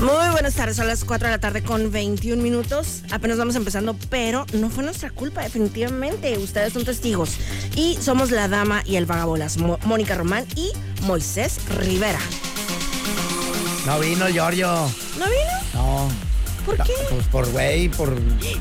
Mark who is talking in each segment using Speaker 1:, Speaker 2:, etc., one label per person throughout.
Speaker 1: Muy buenas tardes, son las 4 de la tarde con 21 minutos. Apenas vamos empezando, pero no fue nuestra culpa, definitivamente. Ustedes son testigos. Y somos la dama y el vagabolas, Mo- Mónica Román y Moisés Rivera.
Speaker 2: No vino Giorgio.
Speaker 1: ¿No vino?
Speaker 2: No.
Speaker 1: ¿Por
Speaker 2: No,
Speaker 1: qué?
Speaker 2: Pues por güey, por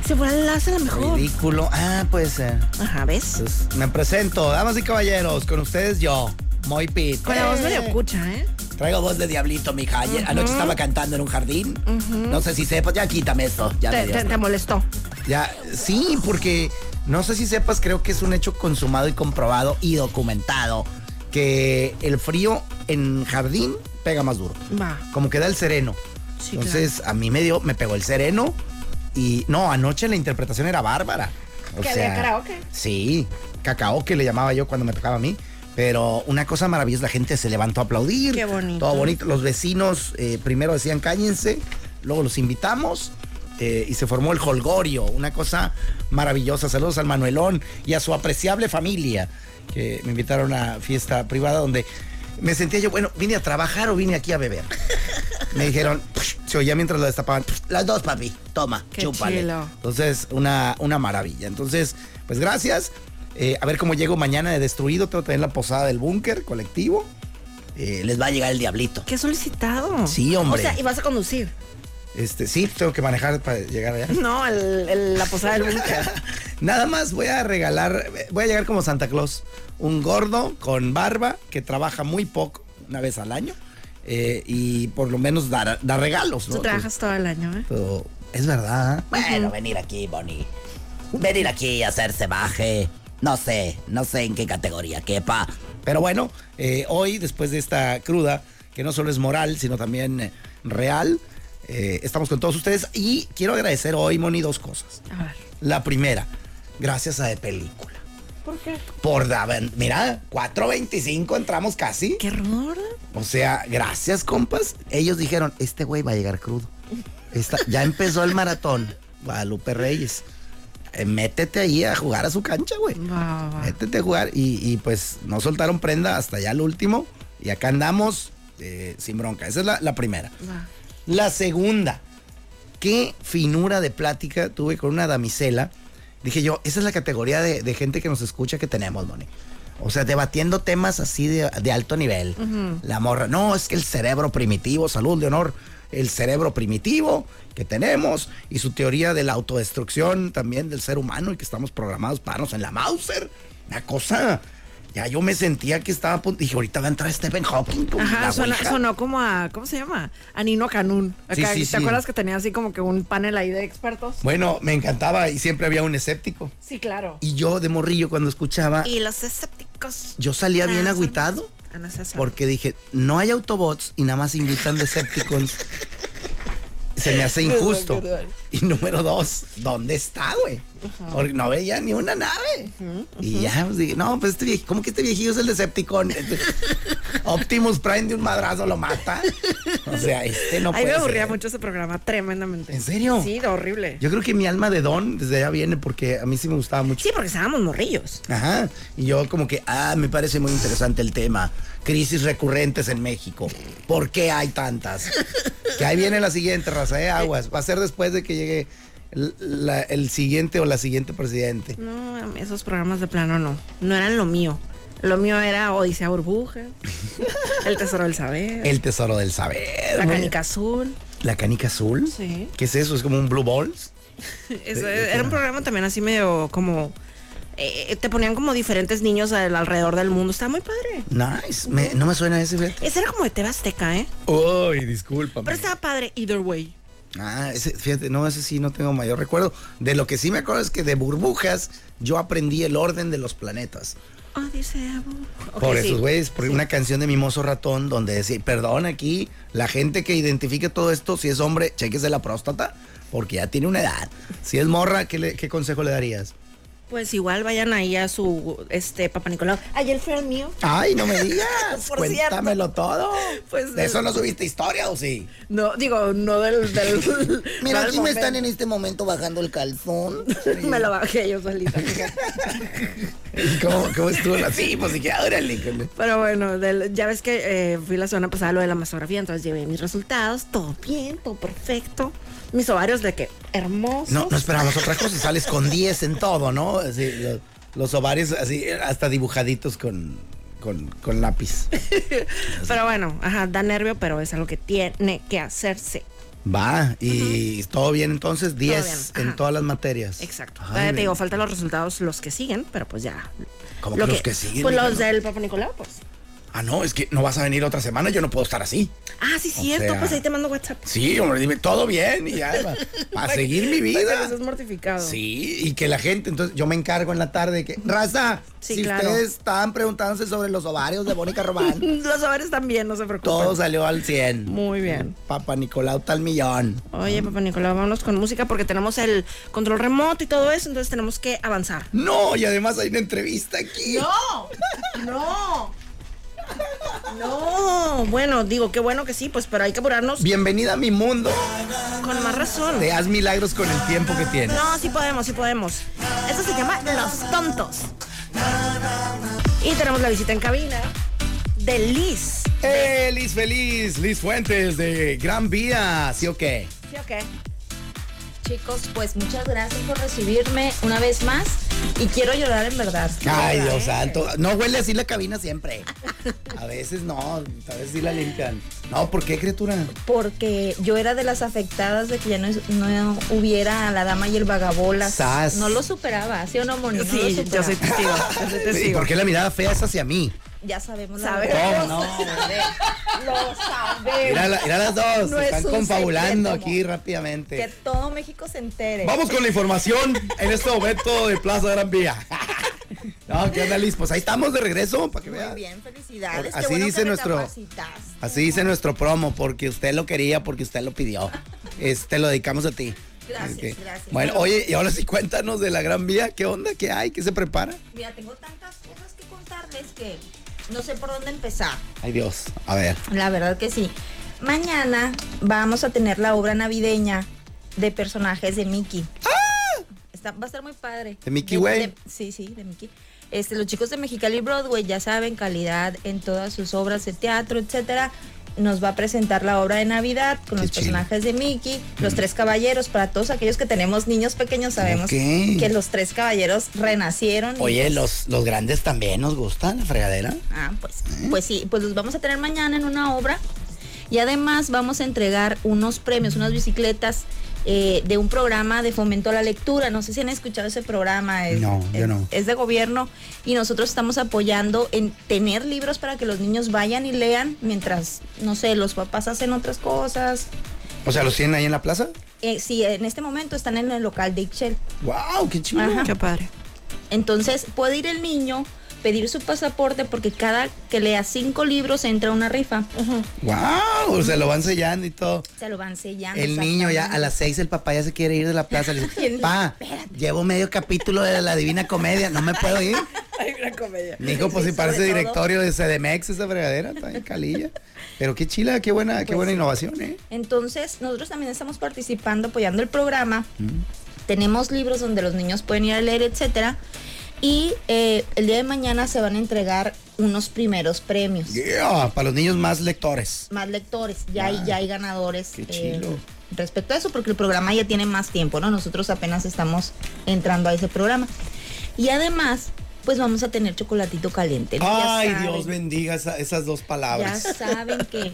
Speaker 1: Se fue al enlace a la mejor.
Speaker 2: ridículo. Ah, pues, eh,
Speaker 1: Ajá, ¿ves?
Speaker 2: pues, me presento, damas y caballeros, con ustedes yo. Moy Pit.
Speaker 1: Con la voz
Speaker 2: Eh,
Speaker 1: medio cucha, ¿eh?
Speaker 2: Traigo voz de diablito, mija. Ayer, Anoche estaba cantando en un jardín. No sé si sepas. Ya quítame esto. Ya me
Speaker 1: Te,
Speaker 2: dio
Speaker 1: te-
Speaker 2: asco.
Speaker 1: te molestó.
Speaker 2: Ya, sí, porque no sé si sepas, creo que es un hecho consumado y comprobado y documentado que el frío en jardín pega más duro.
Speaker 1: Va.
Speaker 2: Como que da el sereno.
Speaker 1: Sí,
Speaker 2: Entonces, a mí me dio, me pegó el sereno y no, anoche la interpretación era bárbara. O
Speaker 1: ¿Que había karaoke?
Speaker 2: Sí, que le llamaba yo cuando me tocaba a mí. Pero una cosa maravillosa, la gente se levantó a aplaudir.
Speaker 1: Qué bonito.
Speaker 2: Todo bonito. Los vecinos eh, primero decían cállense, luego los invitamos eh, y se formó el holgorio. Una cosa maravillosa. Saludos al Manuelón y a su apreciable familia que me invitaron a una fiesta privada donde me sentía yo, bueno, vine a trabajar o vine aquí a beber. Me dijeron, se oía mientras lo destapaban, las dos, papi, toma,
Speaker 1: Qué
Speaker 2: chúpale.
Speaker 1: chilo.
Speaker 2: Entonces, una, una maravilla. Entonces, pues gracias. Eh, a ver cómo llego mañana de destruido. Tengo también la posada del búnker colectivo. Eh, les va a llegar el diablito.
Speaker 1: Qué solicitado.
Speaker 2: Sí, hombre.
Speaker 1: O sea, y vas a conducir.
Speaker 2: Este, sí, tengo que manejar para llegar allá.
Speaker 1: No, el- el- la posada del búnker.
Speaker 2: Nada más voy a regalar, voy a llegar como Santa Claus, un gordo con barba que trabaja muy poco, una vez al año, eh, y por lo menos dar, dar regalos. ¿no?
Speaker 1: Tú trabajas todo el año, ¿eh?
Speaker 2: Pero es verdad. ¿eh?
Speaker 3: Bueno, venir aquí, Bonnie. Venir aquí y hacerse baje. No sé, no sé en qué categoría quepa.
Speaker 2: Pero bueno, eh, hoy, después de esta cruda, que no solo es moral, sino también eh, real, eh, estamos con todos ustedes y quiero agradecer hoy, Moni, dos cosas.
Speaker 1: A ver.
Speaker 2: La primera, gracias a de película.
Speaker 1: ¿Por qué?
Speaker 2: Por, da- mira, 4.25 entramos casi.
Speaker 1: Qué horror.
Speaker 2: O sea, gracias, compas. Ellos dijeron, este güey va a llegar crudo. Esta- ya empezó el maratón. Guadalupe Reyes. Eh, métete ahí a jugar a su cancha, güey.
Speaker 1: Va, va, va.
Speaker 2: Métete a jugar. Y, y, pues no soltaron prenda hasta ya el último. Y acá andamos eh, sin bronca. Esa es la, la primera.
Speaker 1: Va.
Speaker 2: La segunda, qué finura de plática tuve con una damisela. Dije yo, esa es la categoría de, de gente que nos escucha que tenemos, Moni. O sea, debatiendo temas así de, de alto nivel. La morra, no, es que el cerebro primitivo, salud, Leonor, el cerebro primitivo que tenemos y su teoría de la autodestrucción también del ser humano y que estamos programados para nos en la Mauser. Una cosa, ya yo me sentía que estaba a punto. Dije, ahorita va a entrar Stephen Hawking. con
Speaker 1: Ajá,
Speaker 2: la
Speaker 1: suena-
Speaker 2: ouija.
Speaker 1: sonó como a, ¿cómo se llama? A Nino Canún.
Speaker 2: Sí,
Speaker 1: Acá,
Speaker 2: sí,
Speaker 1: ¿Te
Speaker 2: sí.
Speaker 1: acuerdas que tenía así como que un panel ahí de expertos?
Speaker 2: Bueno, me encantaba y siempre había un escéptico.
Speaker 1: Sí, claro.
Speaker 2: Y yo de morrillo cuando escuchaba,
Speaker 1: Y los escépticos.
Speaker 2: yo salía bien
Speaker 1: Ah, son-
Speaker 2: agüitado
Speaker 1: Ah, no, esas son.
Speaker 2: porque dije, no hay Autobots y nada más invitan Decepticons. Se me hace injusto. Y número dos, ¿dónde está, güey? Porque no veía ni una nave. Y ya, pues, dije, no, pues este viejillo, ¿cómo que este viejillo es el Decepticon? Este- Optimus Prime de un madrazo lo mata. O sea, este no
Speaker 1: Ahí me
Speaker 2: puede
Speaker 1: aburría
Speaker 2: ser.
Speaker 1: mucho ese programa, tremendamente.
Speaker 2: ¿En serio?
Speaker 1: Sí, horrible.
Speaker 2: Yo creo que mi alma de don desde allá viene porque a mí sí me gustaba mucho.
Speaker 1: Sí, porque estábamos morrillos.
Speaker 2: Ajá. Y yo como que, ah, me parece muy interesante el tema. Crisis recurrentes en México. ¿Por qué hay tantas? Que ahí viene la siguiente raza de aguas. Va a ser después de que llegue el, la- el siguiente o la siguiente presidente.
Speaker 1: No, a mí esos programas de plano no. No eran lo mío. Lo mío era Odisea Burbuja, El Tesoro del Saber,
Speaker 2: El tesoro del saber.
Speaker 1: La
Speaker 2: güey.
Speaker 1: Canica Azul.
Speaker 2: ¿La canica azul?
Speaker 1: Sí.
Speaker 2: ¿Qué es eso? ¿Es como un blue balls?
Speaker 1: Eso era un programa también así medio como... eh, te ponían como diferentes niños al- alrededor del mundo. Estaba muy padre.
Speaker 2: Nice. Me- no me suena ese, fíjate.
Speaker 1: Ese era como de TV Azteca, ¿eh?
Speaker 2: Uy, discúlpame.
Speaker 1: Pero estaba padre, either way.
Speaker 2: Ah, ese, fíjate, no, ese sí no tengo mayor recuerdo. De lo que sí me acuerdo es que de burbujas yo aprendí el orden de los planetas.
Speaker 1: Oh, dice Abu. Ok,
Speaker 2: por
Speaker 1: sí.
Speaker 2: esos güeyes, por una canción de Mimoso Ratón donde decía, perdón aquí, la gente que identifique todo esto, si es hombre, chequese la próstata, porque ya tiene una edad. Si es morra, ¿qué, le- qué consejo le darías?
Speaker 1: Pues igual vayan ahí a su este papá Nicolau. Ay, el friend mío.
Speaker 2: Ay, no me digas,
Speaker 1: Por cierto.
Speaker 2: cuéntamelo todo.
Speaker 1: Pues,
Speaker 2: de eso
Speaker 1: eh,
Speaker 2: no subiste historia, ¿o sí?
Speaker 1: No, digo, no del. del
Speaker 3: Mira,
Speaker 1: no del
Speaker 3: aquí me están
Speaker 1: momento.
Speaker 3: en este momento bajando el calzón.
Speaker 1: Me lo bajé yo solita.
Speaker 2: ¿Y ¿Cómo, cómo estuvo la- Sí, pues dije, órale. con-
Speaker 1: Pero bueno, del- ya ves que eh, fui la semana pasada a lo de la masografía, entonces llevé mis resultados, todo bien, todo perfecto. Mis ovarios de que hermosos.
Speaker 2: No, no esperabas otra cosa, sales con 10 en todo, ¿no? Así, los, los ovarios así, hasta dibujaditos con, con, con lápiz.
Speaker 1: Pero bueno, ajá, da nervio, pero es algo que tiene que hacerse.
Speaker 2: Va, y todo bien entonces, 10
Speaker 1: bien,
Speaker 2: en
Speaker 1: ajá.
Speaker 2: todas las materias.
Speaker 1: Exacto.
Speaker 2: Ay,
Speaker 1: Todavía te
Speaker 2: güey.
Speaker 1: digo, faltan los resultados, los que siguen, pero pues ya.
Speaker 2: ¿Cómo que los que siguen,
Speaker 1: Pues
Speaker 2: mija,
Speaker 1: los
Speaker 2: no?
Speaker 1: del Papa Nicolau, pues.
Speaker 2: Ah, no, es que no vas a venir otra semana, yo no puedo estar así.
Speaker 1: Ah, sí, cierto,
Speaker 2: sea-
Speaker 1: pues ahí te mando WhatsApp.
Speaker 2: Sí, hombre, dime, todo bien, y ya, va- para seguir mi
Speaker 1: Para que no
Speaker 2: vida.
Speaker 1: seas mortificado.
Speaker 2: Sí, y que la gente, entonces yo me encargo en la tarde de que, raza,
Speaker 1: Sí,
Speaker 2: si
Speaker 1: claro.
Speaker 2: ustedes estaban preguntándose sobre los ovarios de Mónica Román,
Speaker 1: Los ovarios también, no se preocupen.
Speaker 2: todo salió al 100.
Speaker 1: Muy bien.
Speaker 2: Papá Nicolau tal millón.
Speaker 1: Oye, Papá Nicolau, vámonos con música porque tenemos el control remoto y todo eso, entonces tenemos que avanzar.
Speaker 2: No, y además hay una entrevista aquí.
Speaker 1: ¡No! ¡No! ¡No! Bueno, digo, qué bueno que sí, pues, pero hay que apurarnos
Speaker 2: Bienvenida a mi mundo.
Speaker 1: con más razón.
Speaker 2: Te haz milagros con el tiempo que tienes.
Speaker 1: No, sí podemos, sí podemos. Esto se llama Los Tontos. Y tenemos la visita en cabina de Liz.
Speaker 2: ¡Eh, Liz Feliz! Liz Fuentes de Gran Vía, ¿sí o qué?
Speaker 1: ¿Sí o qué?
Speaker 4: Chicos, pues muchas gracias por recibirme una vez más y quiero llorar en verdad.
Speaker 2: Ay, Dios santo. No huele así la cabina siempre. A veces no, a veces sí la limpian. No, ¿por qué, criatura?
Speaker 4: Porque yo era de las afectadas de que ya no, es- no hubiera a la dama y el vagabolas.
Speaker 2: Sas.
Speaker 4: No lo superaba, ¿sí o no, Moni? No lo
Speaker 1: Sí, yo
Speaker 4: superaba.
Speaker 1: soy testigo. Yo soy
Speaker 2: ¿Y
Speaker 1: testigo.
Speaker 2: por qué la mirada fea es hacia mí?
Speaker 4: Ya sabemos la
Speaker 1: ¿Sabes?
Speaker 4: verdad.
Speaker 2: ¿Cómo no?
Speaker 4: Lo sabemos.
Speaker 2: Mira, la- mira las dos,
Speaker 4: No
Speaker 2: se
Speaker 4: es
Speaker 2: están
Speaker 4: un
Speaker 2: confabulando
Speaker 4: secreto,
Speaker 2: aquí
Speaker 4: Que
Speaker 2: rápidamente.
Speaker 4: todo México se entere.
Speaker 2: Vamos con la información en este momento de Plaza Gran Vía. No, ¿qué onda, Liz? Pues ahí estamos de regreso para que
Speaker 4: Muy
Speaker 2: vean.
Speaker 4: bien, felicidades.
Speaker 2: Así
Speaker 4: Qué bueno
Speaker 2: dice
Speaker 4: que
Speaker 2: nuestro-
Speaker 4: recapacitaste.
Speaker 2: Así dice nuestro promo, porque usted lo quería, porque usted lo pidió. Es- Te lo dedicamos a ti.
Speaker 4: Gracias,
Speaker 2: Este,
Speaker 4: gracias.
Speaker 2: Bueno, oye, y ahora sí cuéntanos de la Gran Vía, ¿qué onda? ¿Qué hay? ¿Qué se prepara?
Speaker 4: Mira, tengo tantas cosas que contarles que no sé por dónde empezar.
Speaker 2: Ay Dios, a ver.
Speaker 4: La verdad que sí. Mañana vamos a tener la obra navideña de personajes de Mickey. Está- va a estar muy padre.
Speaker 2: ¡Ah! ¿De Mickey Way?
Speaker 4: de- Sí, sí, de Mickey. Este, los chicos de Mexicali Broadway ya saben calidad en todas sus obras de teatro, etcétera. Nos va a presentar la obra de Navidad con
Speaker 2: Qué
Speaker 4: los
Speaker 2: chido. Mm.
Speaker 4: personajes de Mickey, los tres caballeros. Para todos aquellos que tenemos niños pequeños sabemos
Speaker 2: Ok.
Speaker 4: que los tres caballeros renacieron. y
Speaker 2: Oye, los, los grandes también nos gustan, la fregadera.
Speaker 4: Ah, pues, pues sí, pues los vamos a tener mañana en una obra. Y además vamos a entregar unos premios, unas bicicletas eh, de un programa de fomento a la lectura. No sé si han escuchado ese programa. Es,
Speaker 2: No, yo
Speaker 4: es-
Speaker 2: no.
Speaker 4: Es de gobierno y nosotros estamos apoyando en tener libros para que los niños vayan y lean mientras, no sé, los papás hacen otras cosas.
Speaker 2: O sea, ¿los tienen ahí en la plaza?
Speaker 4: Eh, sí, en este momento están en el local de Ixchel.
Speaker 2: ¡Wow! ¡Qué chido!
Speaker 4: Ajá.
Speaker 1: Qué padre.
Speaker 4: Entonces puede ir el niño, pedir su pasaporte porque cada que lea cinco libros entra una rifa.
Speaker 2: ¡Wow! Se lo van sellando y todo.
Speaker 4: Se lo van sellando.
Speaker 2: El niño ya, a las seis el papá ya se quiere ir de la plaza. Le dice, pa, llevo medio capítulo de la Divina Comedia, no me puedo ir.
Speaker 1: Hay una comedia.
Speaker 2: Mijo, pues si
Speaker 4: Sí,
Speaker 2: parece
Speaker 4: sobre todo.
Speaker 2: directorio de CDMX esa fregadera, está en calilla. Pero qué chila, qué buena, qué
Speaker 4: Pues
Speaker 2: buena
Speaker 4: sí.
Speaker 2: innovación, ¿eh?
Speaker 4: Entonces, nosotros también estamos participando, apoyando el programa.
Speaker 2: Mm.
Speaker 4: Tenemos libros donde los niños pueden ir a leer, etcétera. Y eh, el día de mañana se van a entregar unos primeros premios.
Speaker 2: Yeah, para los niños más lectores.
Speaker 4: Más lectores, ya, hay,
Speaker 2: Ah,
Speaker 4: ya hay ganadores. eh,
Speaker 2: qué chilo.
Speaker 4: respecto a eso, porque el programa ya tiene más tiempo, ¿no? Nosotros apenas estamos entrando a ese programa. Y además, pues vamos a tener chocolatito caliente. ¿no? Ya
Speaker 2: Ay,
Speaker 4: saben.
Speaker 2: Dios bendiga esa- esas dos
Speaker 4: Ya
Speaker 2: palabras.
Speaker 4: saben que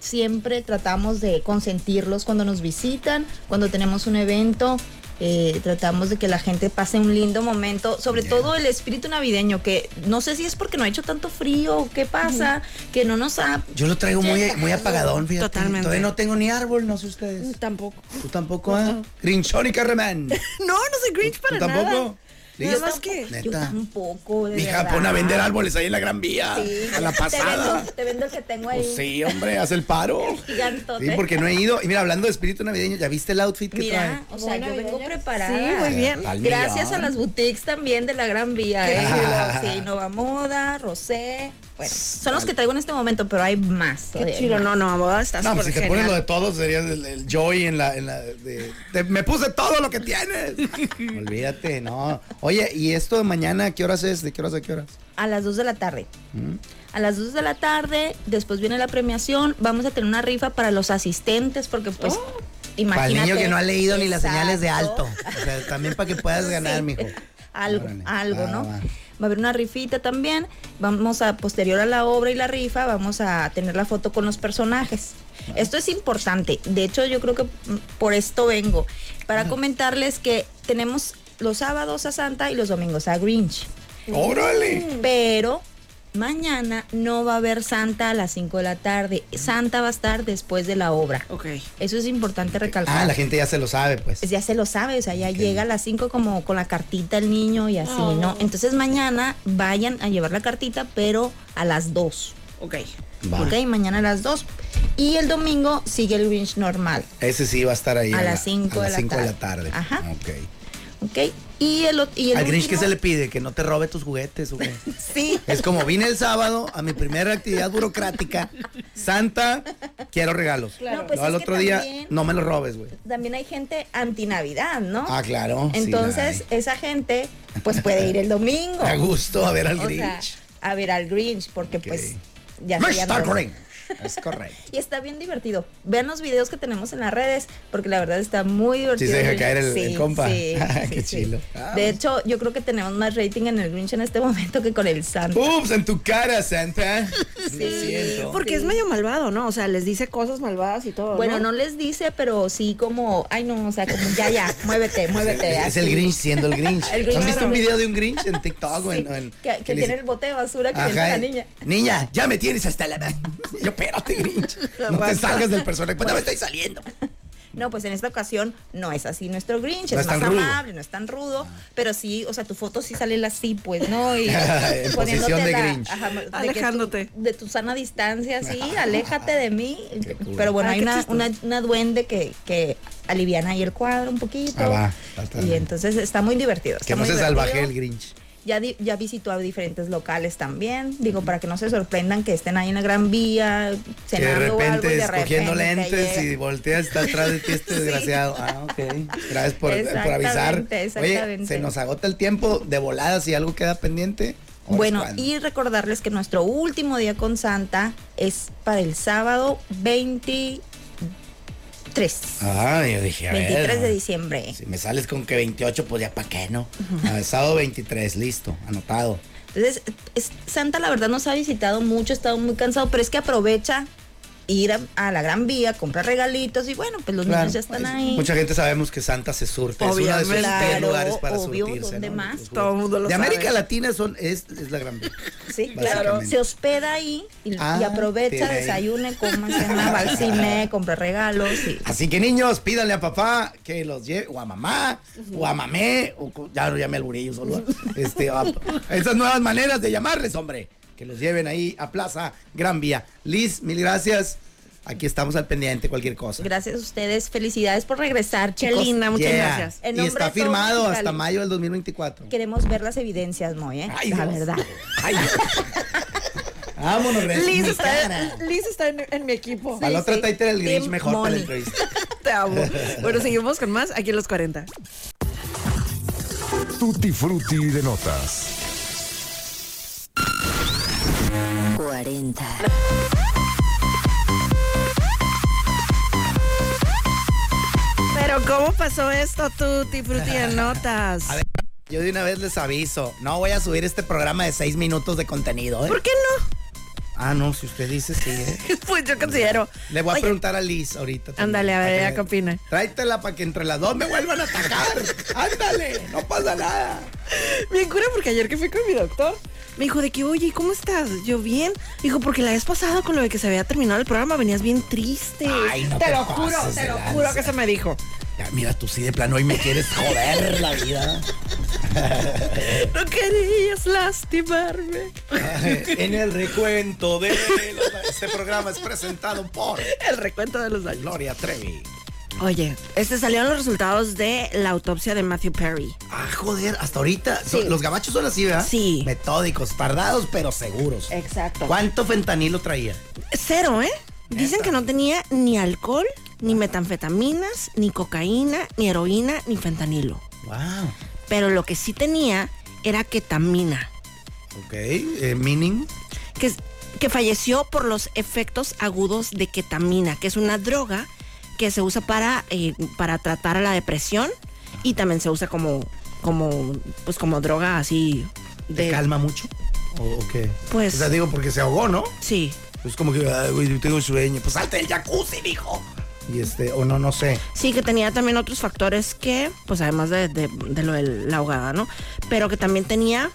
Speaker 4: siempre tratamos de consentirlos cuando nos visitan, cuando tenemos un evento. eh, tratamos de que la gente pase un lindo momento, sobre todo el espíritu navideño, que no sé si es porque no ha hecho tanto frío, o qué pasa, que no nos ha...
Speaker 2: Yo lo traigo muy, muy apagadón, fíjate.
Speaker 1: Totalmente.
Speaker 2: Todavía no tengo ni árbol, no sé ustedes.
Speaker 1: Tampoco.
Speaker 2: Tú tampoco, ¿eh? Grinchón y Carreman. ¿Tú
Speaker 1: No, no soy Grinch para
Speaker 2: tampoco?
Speaker 1: nada. Nada
Speaker 2: ¿Sí?
Speaker 1: más que-
Speaker 4: Yo
Speaker 2: Neta.
Speaker 4: tampoco, de
Speaker 2: Mija,
Speaker 4: verdad.
Speaker 2: pon a vender árboles ahí en la Gran Vía.
Speaker 4: Sí.
Speaker 2: A la
Speaker 4: Te
Speaker 2: pasada.
Speaker 4: vendo, te vendo el que tengo ahí.
Speaker 2: Pues sí, hombre, haz el paro.
Speaker 4: Gigantote.
Speaker 2: Sí, porque no he ido. Y mira, hablando de espíritu navideño, ¿ya viste el outfit que
Speaker 4: Mira, o sea,
Speaker 1: Buena
Speaker 4: yo vengo
Speaker 1: navideña.
Speaker 4: preparada.
Speaker 1: Sí, muy bien.
Speaker 2: Al
Speaker 4: Gracias a
Speaker 2: millón.
Speaker 4: las boutiques también de la Gran Vía, ¿eh? sí, Nova Moda, Rosé. Bueno, son los que traigo en este momento, pero hay más.
Speaker 1: Qué
Speaker 4: todavía hay
Speaker 1: chido,
Speaker 4: más.
Speaker 1: no, no, a boda estás
Speaker 2: trae? No, pues si
Speaker 1: súper
Speaker 2: te pones lo de
Speaker 1: genial.
Speaker 2: todos, serías el, el Joy en la. En la de- de- me puse todo lo que tienes. Olvídate, no. Oye, ¿y esto de mañana a qué horas es? ¿De qué horas a qué horas? ¿Mm?
Speaker 4: A las 2 de la tarde. A las 2 de la tarde, después viene la premiación, vamos a tener una rifa para los asistentes, porque pues,
Speaker 1: Oh.
Speaker 2: Para
Speaker 4: imagínate.
Speaker 2: el niño que no ha leído ni las señales de alto.
Speaker 4: Exacto.
Speaker 2: O sea, también para que puedas ganar,
Speaker 4: Sí.
Speaker 2: mijo.
Speaker 4: Algo,
Speaker 2: Órale. Ah,
Speaker 4: algo,
Speaker 2: Va,
Speaker 4: ¿no?
Speaker 2: va.
Speaker 4: Va a haber una rifita también. Vamos a, posterior a la obra y la rifa, vamos a tener la foto con los personajes. Esto es importante. De hecho, yo creo que mm, por esto vengo. Para comentarles que tenemos los sábados a Santa y los domingos a Grinch.
Speaker 2: ¡Órale!
Speaker 4: Pero mañana no va a haber Santa a las 5 de la tarde. Santa va a estar después de la obra.
Speaker 1: Ok.
Speaker 4: Eso es importante recalcar.
Speaker 2: Ah, la gente ya se lo sabe, pues.
Speaker 4: Pues ya se lo sabe, o sea, ya llega a las 5 como con la cartita el niño y así, ¿no? Entonces mañana vayan a llevar la cartita, pero a las 2.
Speaker 1: Ok.
Speaker 2: Va.
Speaker 4: Ok, mañana a las 2. Y el domingo sigue el Grinch normal.
Speaker 2: Ese sí va a estar ahí.
Speaker 4: A
Speaker 2: la-
Speaker 4: las cinco
Speaker 2: a
Speaker 4: de
Speaker 2: las
Speaker 4: la
Speaker 2: cinco
Speaker 4: tarde. Ajá.
Speaker 2: Ok.
Speaker 4: Ok. Y el, ot- y el
Speaker 2: ¿Al Grinch qué
Speaker 4: último-
Speaker 2: se le pide? Que no te robe tus juguetes, o qué?
Speaker 4: Sí.
Speaker 2: Es como vine el sábado a mi primera actividad burocrática. Santa, quiero regalos.
Speaker 4: Claro. No, pues
Speaker 2: Luego al
Speaker 4: es que
Speaker 2: otro día,
Speaker 4: también-
Speaker 2: no me los robes, güey.
Speaker 4: También hay gente antinavidad, ¿no?
Speaker 2: Ah, claro. sí,
Speaker 4: Entonces, esa gente, pues puede ir el domingo.
Speaker 2: la hay. Me gustó a ver al
Speaker 4: O sea,
Speaker 2: Grinch.
Speaker 4: a ver al Grinch, porque pues ya serían
Speaker 2: Mr.
Speaker 4: dos.
Speaker 2: Grinch. Es correcto.
Speaker 4: Y está bien divertido. Vean los videos que tenemos en las redes, porque la verdad está muy
Speaker 2: Sí,
Speaker 4: divertido.
Speaker 2: se deja
Speaker 4: Grinch.
Speaker 2: caer el-
Speaker 4: Sí,
Speaker 2: el compa.
Speaker 4: sí,
Speaker 2: Qué
Speaker 4: sí, sí.
Speaker 2: chilo. Ah,
Speaker 4: De hecho, yo creo que tenemos más rating en el Grinch en este momento que con el Santa.
Speaker 2: Ups, en tu cara, Santa. Lo siento.
Speaker 1: Porque es medio malvado, ¿no? O sea, les dice cosas malvadas y todo.
Speaker 4: Bueno, no les dice, pero sí como, ay no, o sea, como ya, ya, muévete, muévete.
Speaker 2: Es el
Speaker 4: así.
Speaker 2: Grinch siendo el Grinch.
Speaker 4: El Grinch
Speaker 2: ¿No ¿Has visto un
Speaker 4: siendo el
Speaker 2: video de un Grinch en TikTok o
Speaker 4: Sí,
Speaker 2: en, o en-
Speaker 4: que que
Speaker 2: le
Speaker 4: tiene
Speaker 2: dice,
Speaker 4: el bote de basura que tiene
Speaker 2: Ajá,
Speaker 4: la
Speaker 2: eh,
Speaker 4: niña.
Speaker 2: Niña, ya me tienes hasta la mano. Yo, espérate, Grinch. No te salgas del personaje. Pues no me estoy saliendo.
Speaker 4: No, pues en esta ocasión no es así nuestro Grinch,
Speaker 2: No es
Speaker 4: es
Speaker 2: tan
Speaker 4: más
Speaker 2: rudo.
Speaker 4: amable, no es tan rudo, pero sí, o sea, tu foto sí sale así, pues, ¿no? Y
Speaker 2: En posición de Grinch.
Speaker 4: ajá, de que tú-
Speaker 1: Alejándote.
Speaker 4: de tu sana distancia, sí, aléjate de mí.
Speaker 2: Qué cool.
Speaker 4: Pero bueno,
Speaker 1: Ay,
Speaker 4: hay
Speaker 1: qué
Speaker 4: una,
Speaker 1: chistoso.
Speaker 4: una, una duende que, que aliviana ahí el cuadro un poquito.
Speaker 2: Ah, va, va, está
Speaker 4: Y
Speaker 2: bien.
Speaker 4: entonces está muy divertido.
Speaker 2: Que
Speaker 4: está
Speaker 2: no
Speaker 4: muy
Speaker 2: se
Speaker 4: divertido.
Speaker 2: salvaje el Grinch.
Speaker 4: Ya, di- ya visitó a diferentes locales también, digo, para que no se sorprendan que estén ahí en la Gran Vía,
Speaker 2: Que de
Speaker 4: cenando o algo, y
Speaker 2: repente
Speaker 4: de
Speaker 2: escogiendo
Speaker 4: repente
Speaker 2: lentes
Speaker 4: llega.
Speaker 2: y voltea hasta atrás de ti este desgraciado. Ah, ok. Gracias por, por avisar.
Speaker 4: Exactamente,
Speaker 2: Oye,
Speaker 4: exactamente.
Speaker 2: se nos agota el tiempo de volada si algo queda pendiente. ahora es
Speaker 4: Bueno,
Speaker 2: cuando.
Speaker 4: y recordarles que nuestro último día con Santa es para el sábado 23.
Speaker 2: Ah, yo dije, a ver,
Speaker 4: 23 de
Speaker 2: ¿no?
Speaker 4: diciembre.
Speaker 2: Si me sales con que 28, pues ya para qué, ¿no? Ah, sábado 23, listo, anotado.
Speaker 4: Entonces, es- Santa la verdad nos ha visitado mucho, ha estado muy cansado, pero es que aprovecha ir a, a la Gran Vía, comprar regalitos y bueno, pues los
Speaker 2: Claro.
Speaker 4: niños ya están
Speaker 2: Ay,
Speaker 4: ahí.
Speaker 2: Mucha gente sabemos que Santa se surte. es uno de sus
Speaker 1: Obviamente.
Speaker 2: tres lugares
Speaker 4: Claro,
Speaker 2: para
Speaker 4: obvio,
Speaker 2: surtirse.
Speaker 4: ¿dónde
Speaker 2: ¿no?
Speaker 4: más?
Speaker 2: Los
Speaker 1: Todo el mundo lo
Speaker 2: De
Speaker 1: sabe.
Speaker 2: América Latina son, es, es la gran vida.
Speaker 4: Sí, claro.
Speaker 2: Básicamente.
Speaker 4: Se hospeda ahí y, y
Speaker 2: Ah,
Speaker 4: aprovecha,
Speaker 2: tiene ahí.
Speaker 4: desayune, coma, cena, va al cine, compra regalos y
Speaker 2: Así que niños, pídanle a papá que los lleve, o a mamá, o a mamé, o co- ya no llame al burillo solo. Este, a- esas nuevas maneras de llamarles, hombre. Que los lleven ahí a Plaza Gran Vía. Liz, mil gracias. Aquí estamos al pendiente, cualquier cosa.
Speaker 4: gracias a ustedes. Felicidades por regresar,
Speaker 1: Qué
Speaker 4: chicos.
Speaker 1: linda, muchas
Speaker 2: Yeah.
Speaker 1: gracias.
Speaker 4: En
Speaker 2: Y
Speaker 4: nombre de
Speaker 2: está
Speaker 4: todos
Speaker 2: firmado
Speaker 4: Mexicali.
Speaker 2: hasta mayo del 2024.
Speaker 4: Queremos ver las evidencias, Moy, ¿eh?
Speaker 2: Ay,
Speaker 4: la
Speaker 2: Dios.
Speaker 4: verdad.
Speaker 2: Ay, Dios. Vámonos, Ren.
Speaker 1: Liz
Speaker 2: Mi
Speaker 1: está,
Speaker 2: cara.
Speaker 1: Liz está en, en mi equipo.
Speaker 2: Al otro
Speaker 4: sí.
Speaker 2: Tater el Grinch
Speaker 4: Team
Speaker 2: mejor para la
Speaker 4: Moni.
Speaker 2: entrevista.
Speaker 1: Te amo. Bueno, seguimos con más aquí en los 40.
Speaker 5: Tutti Frutti de notas.
Speaker 6: 40.
Speaker 1: Pero, ¿cómo pasó esto, Tutti Frutti en notas?
Speaker 2: A ver, yo de una vez les aviso, no voy a subir este programa de seis minutos de contenido, ¿eh?
Speaker 1: ¿Por qué no?
Speaker 2: Ah, no, si usted dice sí. ¿eh?
Speaker 1: Pues yo considero.
Speaker 2: Le voy a
Speaker 1: Oye,
Speaker 2: preguntar a Liz ahorita. también,
Speaker 1: Ándale, a
Speaker 2: para
Speaker 1: ver,
Speaker 2: que
Speaker 1: ella
Speaker 2: me-
Speaker 1: qué opina.
Speaker 2: Tráetela para que entre las dos me vuelvan a atacar. Ándale, no pasa nada.
Speaker 1: Bien cura porque ayer que fui con mi doctor, me dijo de que, oye, ¿y ¿cómo estás? Yo bien. Me Dijo, porque la vez pasada con lo de que se había terminado el programa venías bien triste.
Speaker 2: Ay, no
Speaker 1: te,
Speaker 2: te
Speaker 1: lo juro,
Speaker 2: pases
Speaker 1: te
Speaker 2: de
Speaker 1: lo
Speaker 2: lanza.
Speaker 1: juro que se me dijo.
Speaker 2: Ya, mira, tú sí de plano hoy me quieres joder la vida.
Speaker 1: No querías lastimarme.
Speaker 2: en el recuento de los- este programa es presentado por
Speaker 1: El recuento de los daños.
Speaker 2: Gloria Trevi.
Speaker 1: Oye, este salieron los resultados de la autopsia de Matthew Perry.
Speaker 2: Ah, joder, hasta ahorita. son-
Speaker 1: Sí.
Speaker 2: Los gabachos son así, ¿verdad?
Speaker 1: Sí.
Speaker 2: Metódicos, tardados, pero seguros.
Speaker 1: Exacto.
Speaker 2: ¿Cuánto fentanilo traía?
Speaker 1: Cero, ¿eh? Dicen que no tenía ni alcohol, ni metanfetaminas, ni cocaína, ni heroína, ni fentanilo.
Speaker 2: Wow.
Speaker 1: Pero lo que sí tenía era ketamina,
Speaker 2: Ok, eh, meaning.
Speaker 1: que, es- que falleció por los efectos agudos de ketamina, que es una droga que se usa para, eh, para tratar la depresión y también se usa como, como, pues como droga así
Speaker 2: ¿Te
Speaker 1: de...
Speaker 2: calma mucho? ¿O, o qué?
Speaker 1: Pues-
Speaker 2: O sea, digo, porque se ahogó, ¿no?
Speaker 1: Sí,
Speaker 2: Es como que, ay, güey, tengo sueño. Pues salte del jacuzzi, mijo. Y este, o no, no sé.
Speaker 1: Sí, que tenía también otros factores que, pues además de, de- de lo de la ahogada, ¿no? Pero que también tenía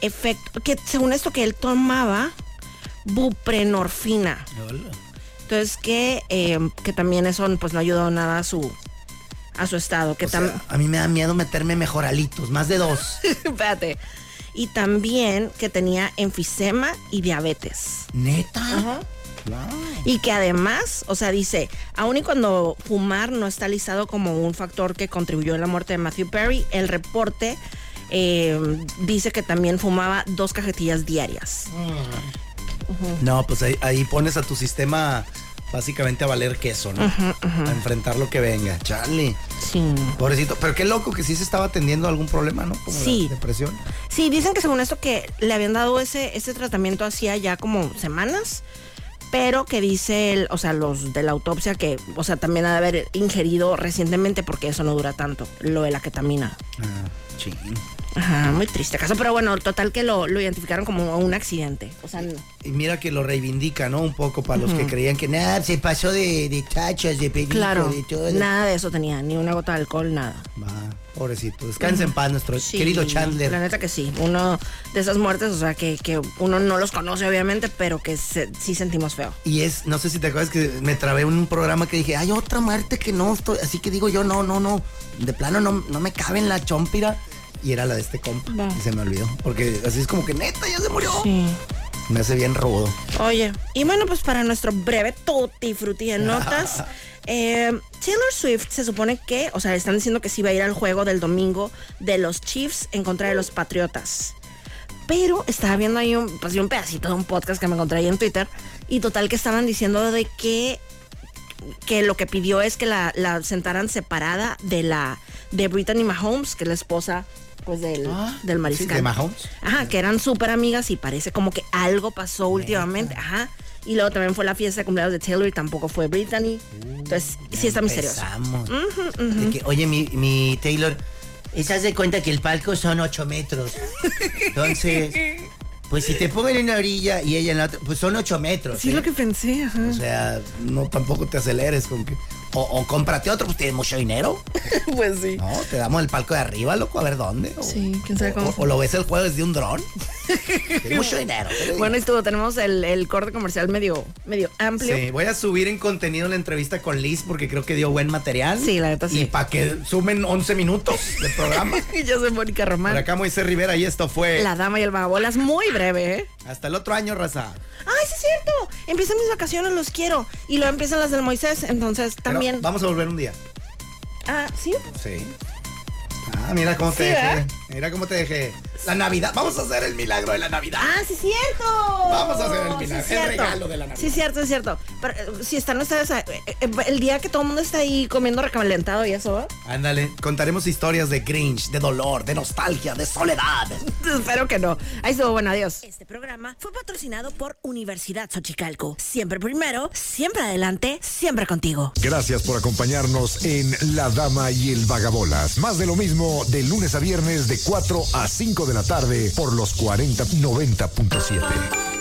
Speaker 1: efecto, que según esto que él tomaba, buprenorfina. Entonces que, eh, que también eso pues no ayudó nada a su, a su estado. Que
Speaker 2: O sea,
Speaker 1: tam-
Speaker 2: a mí me da miedo meterme mejoralitos, más de dos.
Speaker 1: espérate. Y también que tenía enfisema y diabetes.
Speaker 2: ¿Neta?
Speaker 1: Y que además, o sea, dice, aun y cuando fumar no está listado como un factor que contribuyó a la muerte de Matthew Perry, el reporte eh, dice que también fumaba dos cajetillas diarias.
Speaker 2: No, pues ahí, ahí pones a tu sistema básicamente a valer queso, ¿no? A enfrentar lo que venga. Charlie.
Speaker 1: Sí.
Speaker 2: Pobrecito. Pero qué loco que sí se estaba atendiendo a algún problema, ¿no? Como la
Speaker 1: Sí.
Speaker 2: depresión.
Speaker 1: Sí, dicen que según esto que le habían dado ese, ese tratamiento hacía ya como semanas, pero que dice, el- o sea, los de la autopsia que, o sea, también ha de haber ingerido recientemente porque eso no dura tanto, lo de la ketamina.
Speaker 2: Ah, sí.
Speaker 1: Ajá, muy triste caso, pero bueno, total que lo, lo identificaron como un accidente. O sea, no.
Speaker 2: Y mira que lo reivindica, ¿no? Un poco para los que creían que nada, se pasó de, de tachas, de perico,
Speaker 1: Claro,
Speaker 2: de todo.
Speaker 1: nada de eso tenía, ni una gota de alcohol, nada.
Speaker 2: Va, pobrecito. Descansa en paz nuestro
Speaker 1: Sí,
Speaker 2: querido Chandler.
Speaker 1: La neta que sí, uno de esas muertes, o sea, que, que uno no los conoce obviamente, pero que se- sí sentimos feo.
Speaker 2: Y es, no sé si te acuerdas que me trabé en un programa que dije, hay otra muerte que no estoy. Así que digo yo, no, no, no. De plano no, no me cabe en la chompira. Y era la de este compa.
Speaker 1: Va.
Speaker 2: Y se me olvidó. Porque así es como que neta, ya se murió.
Speaker 1: Sí.
Speaker 2: Me hace bien rudo.
Speaker 1: Oye, y bueno, pues para nuestro breve tutti frutti de notas, eh, Taylor Swift se supone que, o sea, están diciendo que sí va a ir al juego del domingo de los Chiefs en contra de los Patriotas. Pero estaba viendo ahí un, pues, un pedacito de un podcast que me encontré ahí en Twitter y total que estaban diciendo de que, que lo que pidió es que la, la sentaran separada de la de Brittany Mahomes, que es la esposa pues del,
Speaker 2: Ah,
Speaker 1: del
Speaker 2: sí,
Speaker 1: mariscal.
Speaker 2: de Mahomes.
Speaker 1: Ajá, que eran súper amigas y parece como que algo pasó últimamente. Ajá. Y luego también fue la fiesta de cumpleaños de Taylor y tampoco fue Brittany.
Speaker 2: Uh,
Speaker 1: Entonces, sí está misterioso.
Speaker 2: Empezamos. De que, oye, mi, mi Taylor, estás de cuenta que el palco son 8 metros. Entonces, pues si te pongo en una orilla y ella en la otra, pues son 8 metros.
Speaker 1: Sí,
Speaker 2: ¿eh?
Speaker 1: es lo que pensé, ajá.
Speaker 2: O sea, no tampoco te aceleres con que. O, o cómprate otro, pues tienes mucho dinero.
Speaker 1: pues sí.
Speaker 2: No, te damos el palco de arriba, loco, a ver dónde. O,
Speaker 1: Sí, quién sabe cómo
Speaker 2: O,
Speaker 1: fue.
Speaker 2: o lo ves el juego desde un dron. Tienes mucho dinero.
Speaker 1: Bueno, y estuvo, tenemos el, el corte comercial medio, medio amplio.
Speaker 2: Sí, voy a subir en contenido la entrevista con Liz porque creo que dio buen material.
Speaker 1: Sí, la neta sí.
Speaker 2: Y para que sumen 11 minutos de programa.
Speaker 1: Yo soy Mónica
Speaker 2: Por
Speaker 1: Román.
Speaker 2: acá eh. Moisés Rivera y esto fue.
Speaker 1: La dama y el vagabolas, muy breve, ¿eh?
Speaker 2: Hasta el otro año, raza.
Speaker 1: ¡Ay, sí es cierto! Empiezan mis vacaciones, los quiero. Y luego empiezan las del Moisés, entonces
Speaker 2: Pero
Speaker 1: también.
Speaker 2: vamos a volver un día.
Speaker 1: Ah, ¿sí?
Speaker 2: Sí. Ah, mira cómo te
Speaker 1: Sí,
Speaker 2: dejé.
Speaker 1: ¿verdad?
Speaker 2: Mira cómo te dejé. La Navidad. Vamos a hacer el milagro de la Navidad.
Speaker 1: Ah, sí es cierto.
Speaker 2: Vamos a hacer el milagro,
Speaker 1: es
Speaker 2: el
Speaker 1: cierto.
Speaker 2: regalo de la Navidad.
Speaker 1: Sí es cierto, es cierto. Pero eh, si están ustedes eh, eh, el día que todo el mundo está ahí comiendo recalentado y eso, ¿va?
Speaker 2: Ándale, contaremos historias de Grinch, de dolor, de nostalgia, de soledad.
Speaker 1: espero que no. Ahí estuvo, bueno, adiós. Este programa fue patrocinado por Universidad Xochicalco. Siempre primero, siempre adelante, siempre contigo.
Speaker 5: Gracias por acompañarnos en La Dama y el Vagabolas. Más de lo mismo de lunes a viernes de 4 a 5 de la tarde por los 4090.7.